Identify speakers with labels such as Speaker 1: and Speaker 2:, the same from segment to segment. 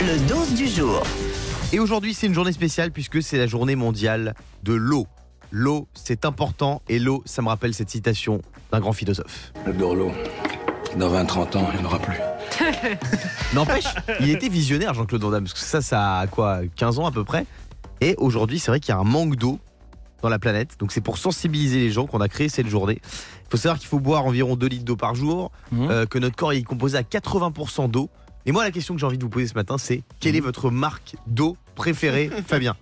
Speaker 1: Le dose du jour.
Speaker 2: Et aujourd'hui, c'est une journée spéciale puisque c'est la journée mondiale de l'eau. L'eau, c'est important et l'eau, ça me rappelle cette citation d'un grand philosophe.
Speaker 3: Le Dorlo, dans 20-30 ans, il n'y en aura plus.
Speaker 2: N'empêche, il était visionnaire, Jean-Claude Van Damme, parce que ça, ça a quoi, 15 ans à peu près. Et aujourd'hui, c'est vrai qu'il y a un manque d'eau dans la planète. Donc c'est pour sensibiliser les gens qu'on a créé cette journée. Il faut savoir qu'il faut boire environ 2 litres d'eau par jour,
Speaker 4: Mhm.
Speaker 2: euh, que notre corps est composé à 80% d'eau. Et moi, la question que j'ai envie de vous poser ce matin, c'est quelle est votre marque d'eau préférée, Fabien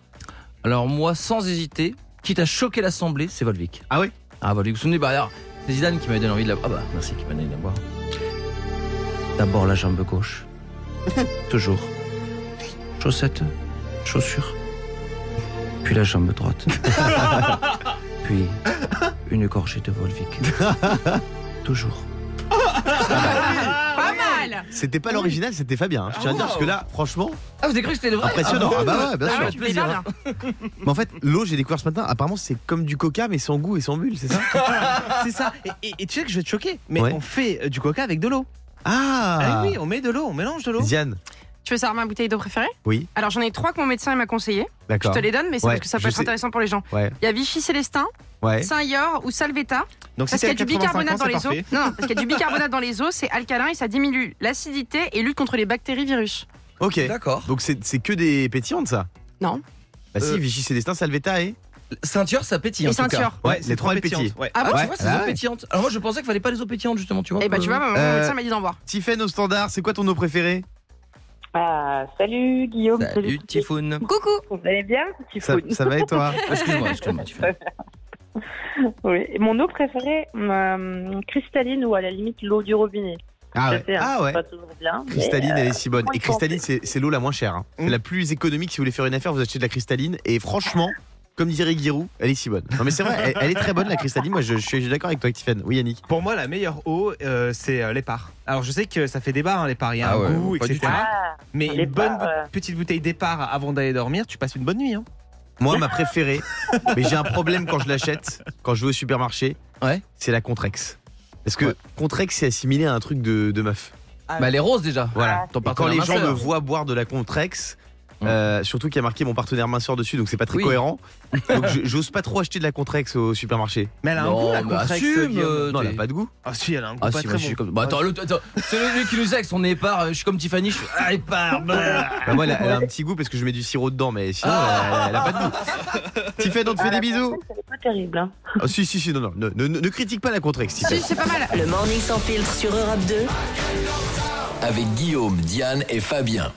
Speaker 4: Alors moi, sans hésiter, quitte à choquer l'assemblée, c'est Volvic.
Speaker 2: Ah oui
Speaker 4: Ah Volvic, vous vous souvenez, bah alors, c'est Zidane qui m'avait donné envie de la boire. Ah bah, merci qui m'a donné de la boire. D'abord la jambe gauche. Toujours. Chaussettes, chaussures. Puis la jambe droite. Puis une gorgée de Volvic. Toujours.
Speaker 5: Pas mal
Speaker 2: C'était
Speaker 6: Ah
Speaker 2: pas l'original, c'était Fabien. hein. Je tiens à dire, parce que là, franchement,
Speaker 4: Ah, vous avez cru que c'était le vrai
Speaker 2: impressionnant. Ah bah ouais, bien
Speaker 5: Ah
Speaker 2: sûr.
Speaker 5: ouais, tu fais pas bien.
Speaker 2: Mais en fait, l'eau, j'ai découvert ce matin, apparemment, c'est comme du coca, mais sans goût et sans bulle, c'est ça
Speaker 6: C'est ça. Et, et- et tu sais que je vais te choquer, mais
Speaker 2: Ouais.
Speaker 6: on fait euh, du coca avec de l'eau.
Speaker 2: Ah
Speaker 6: Ah oui, on met de l'eau, on mélange de l'eau.
Speaker 2: Diane,
Speaker 5: Tu veux savoir ma bouteille d'eau préférée
Speaker 2: Oui.
Speaker 5: Alors j'en ai trois que mon médecin il m'a conseillé. Je
Speaker 2: d'accord.
Speaker 5: te les donne, mais c'est
Speaker 2: Ouais,
Speaker 5: parce que ça
Speaker 2: je
Speaker 5: peut être
Speaker 2: sais.
Speaker 5: intéressant pour les gens.
Speaker 2: Ouais.
Speaker 5: Il y a Vichy Célestin,
Speaker 2: Ouais.
Speaker 5: Saint-Yor ou Salvetta.
Speaker 6: Donc
Speaker 5: Parce
Speaker 6: si
Speaker 5: qu'il y
Speaker 6: t'as
Speaker 5: a du
Speaker 6: 85
Speaker 5: bicarbonate
Speaker 6: ans,
Speaker 5: dans
Speaker 6: c'est
Speaker 5: les eaux.
Speaker 6: parfait.
Speaker 5: Non, non, parce qu'il y a du bicarbonate dans les eaux, c'est alcalin et ça diminue l'acidité et lutte contre les bactéries virus.
Speaker 2: Ok.
Speaker 4: D'accord.
Speaker 2: Donc c'est c'est que des pétillantes, ça
Speaker 5: Non.
Speaker 2: Bah si,
Speaker 4: Euh,
Speaker 2: Vichy Célestin, Salvetta et.
Speaker 4: Ceinture, ça pétille.
Speaker 5: et
Speaker 4: en tout cas.
Speaker 5: Saint-Yor.
Speaker 2: Ouais, les trois, elles pétillent.
Speaker 6: Ouais.
Speaker 5: Ah
Speaker 4: Ah,
Speaker 5: bon
Speaker 4: ouais,
Speaker 2: Ouais,
Speaker 4: tu vois, ces
Speaker 2: ah ouais.
Speaker 4: eaux pétillantes. Alors moi, je pensais qu'il fallait pas les eaux pétillantes, justement, tu vois.
Speaker 5: Eh bah
Speaker 4: euh,
Speaker 5: tu vois, mon
Speaker 2: Euh,
Speaker 5: médecin m'a dit d'en boire.
Speaker 2: Tiffaine au standard, c'est quoi ton eau préférée
Speaker 7: Ah, salut Guillaume.
Speaker 4: Salut,
Speaker 7: Tifoun.
Speaker 4: Typhoon.
Speaker 5: Coucou
Speaker 7: Vous allez bien
Speaker 2: ça,
Speaker 7: Tifoun
Speaker 2: ça va et toi
Speaker 4: Excuse-moi, excuse-moi, tu fais.
Speaker 7: Oui. Et Mon eau préférée, euh, cristalline ou à la limite l'eau du robinet.
Speaker 2: Ah
Speaker 7: Je
Speaker 2: ouais.
Speaker 7: sais, hein,
Speaker 2: Ah
Speaker 7: c'est
Speaker 2: ouais.
Speaker 7: Pas toujours bien. mais,
Speaker 2: Cristalline,
Speaker 7: euh,
Speaker 2: elle est si bonne.
Speaker 7: moi,
Speaker 2: Et
Speaker 7: je
Speaker 2: cristalline, c'est c'est l'eau la moins chère. hein. C'est
Speaker 6: Mm.
Speaker 2: la plus économique. Si vous voulez faire une affaire, vous achetez de la cristalline. Et franchement, comme dirait Giroud, elle est si bonne. Non, mais c'est vrai, elle, elle est très bonne, la cristalline. Moi, je, je suis d'accord avec toi, Tiffany. Oui, Yannick.
Speaker 6: Pour moi, la meilleure eau, euh, c'est euh, les parts. Alors je sais que ça fait débat, hein, les parts, il y a
Speaker 4: Ah
Speaker 6: un
Speaker 4: ouais,
Speaker 6: goût,
Speaker 4: pas du
Speaker 6: etc.
Speaker 4: tout.
Speaker 7: Ah,
Speaker 6: Mais
Speaker 7: les
Speaker 6: une bonne
Speaker 7: parts,
Speaker 6: bou-
Speaker 7: euh.
Speaker 6: petite bouteille départ avant d'aller dormir, tu passes une bonne nuit. Hein.
Speaker 2: Moi, ma préférée, mais j'ai un problème quand je l'achète, quand je vais au supermarché,
Speaker 4: Ouais.
Speaker 2: c'est la Contrex. Parce que
Speaker 4: Ouais.
Speaker 2: Contrex, c'est assimilé à un truc de, de meuf.
Speaker 4: Bah, les roses déjà.
Speaker 7: Ah,
Speaker 2: Voilà.
Speaker 4: Ton
Speaker 2: Ah. Et quand
Speaker 4: partenaire hein.
Speaker 2: les gens
Speaker 4: minceur.
Speaker 2: me voient boire de la Contrex,
Speaker 4: Ouais.
Speaker 2: euh, surtout qu'il y a marqué mon partenaire minceur dessus, donc c'est pas très
Speaker 4: Oui.
Speaker 2: cohérent. Donc je- j'ose pas trop acheter de la Contrex au supermarché.
Speaker 6: Mais elle a un goût, la
Speaker 4: mais
Speaker 6: Contrex,
Speaker 4: assume,
Speaker 6: Guillaume.
Speaker 4: euh,
Speaker 2: Non, elle a
Speaker 4: t'es-
Speaker 2: pas de goût.
Speaker 6: Ah si, elle a un goût
Speaker 4: Ah
Speaker 6: pas
Speaker 4: si, moi
Speaker 6: très
Speaker 4: je suis
Speaker 6: bon.
Speaker 4: comme. Bah, attends, l'autre, attends, c'est le lui qui nous axe, on est par. Je suis comme Tiffany, je suis. Ah, par.
Speaker 2: Bah, moi, elle a, elle a un petit goût parce que je mets du sirop dedans, mais sinon,
Speaker 4: Ah.
Speaker 2: elle, elle a pas de goût. Tiffany, on te
Speaker 7: Ah,
Speaker 2: fait des
Speaker 7: la
Speaker 2: bisous.
Speaker 7: Contrex, elle est pas terrible. hein.
Speaker 2: Ah, si, si, si, non, non, ne, ne- ne critique pas la Contrex,
Speaker 5: Si,
Speaker 2: Tiffany.
Speaker 5: c'est pas mal.
Speaker 1: Le morning sans filtre sur Europe 2.
Speaker 8: avec Guillaume, Diane et Fabien.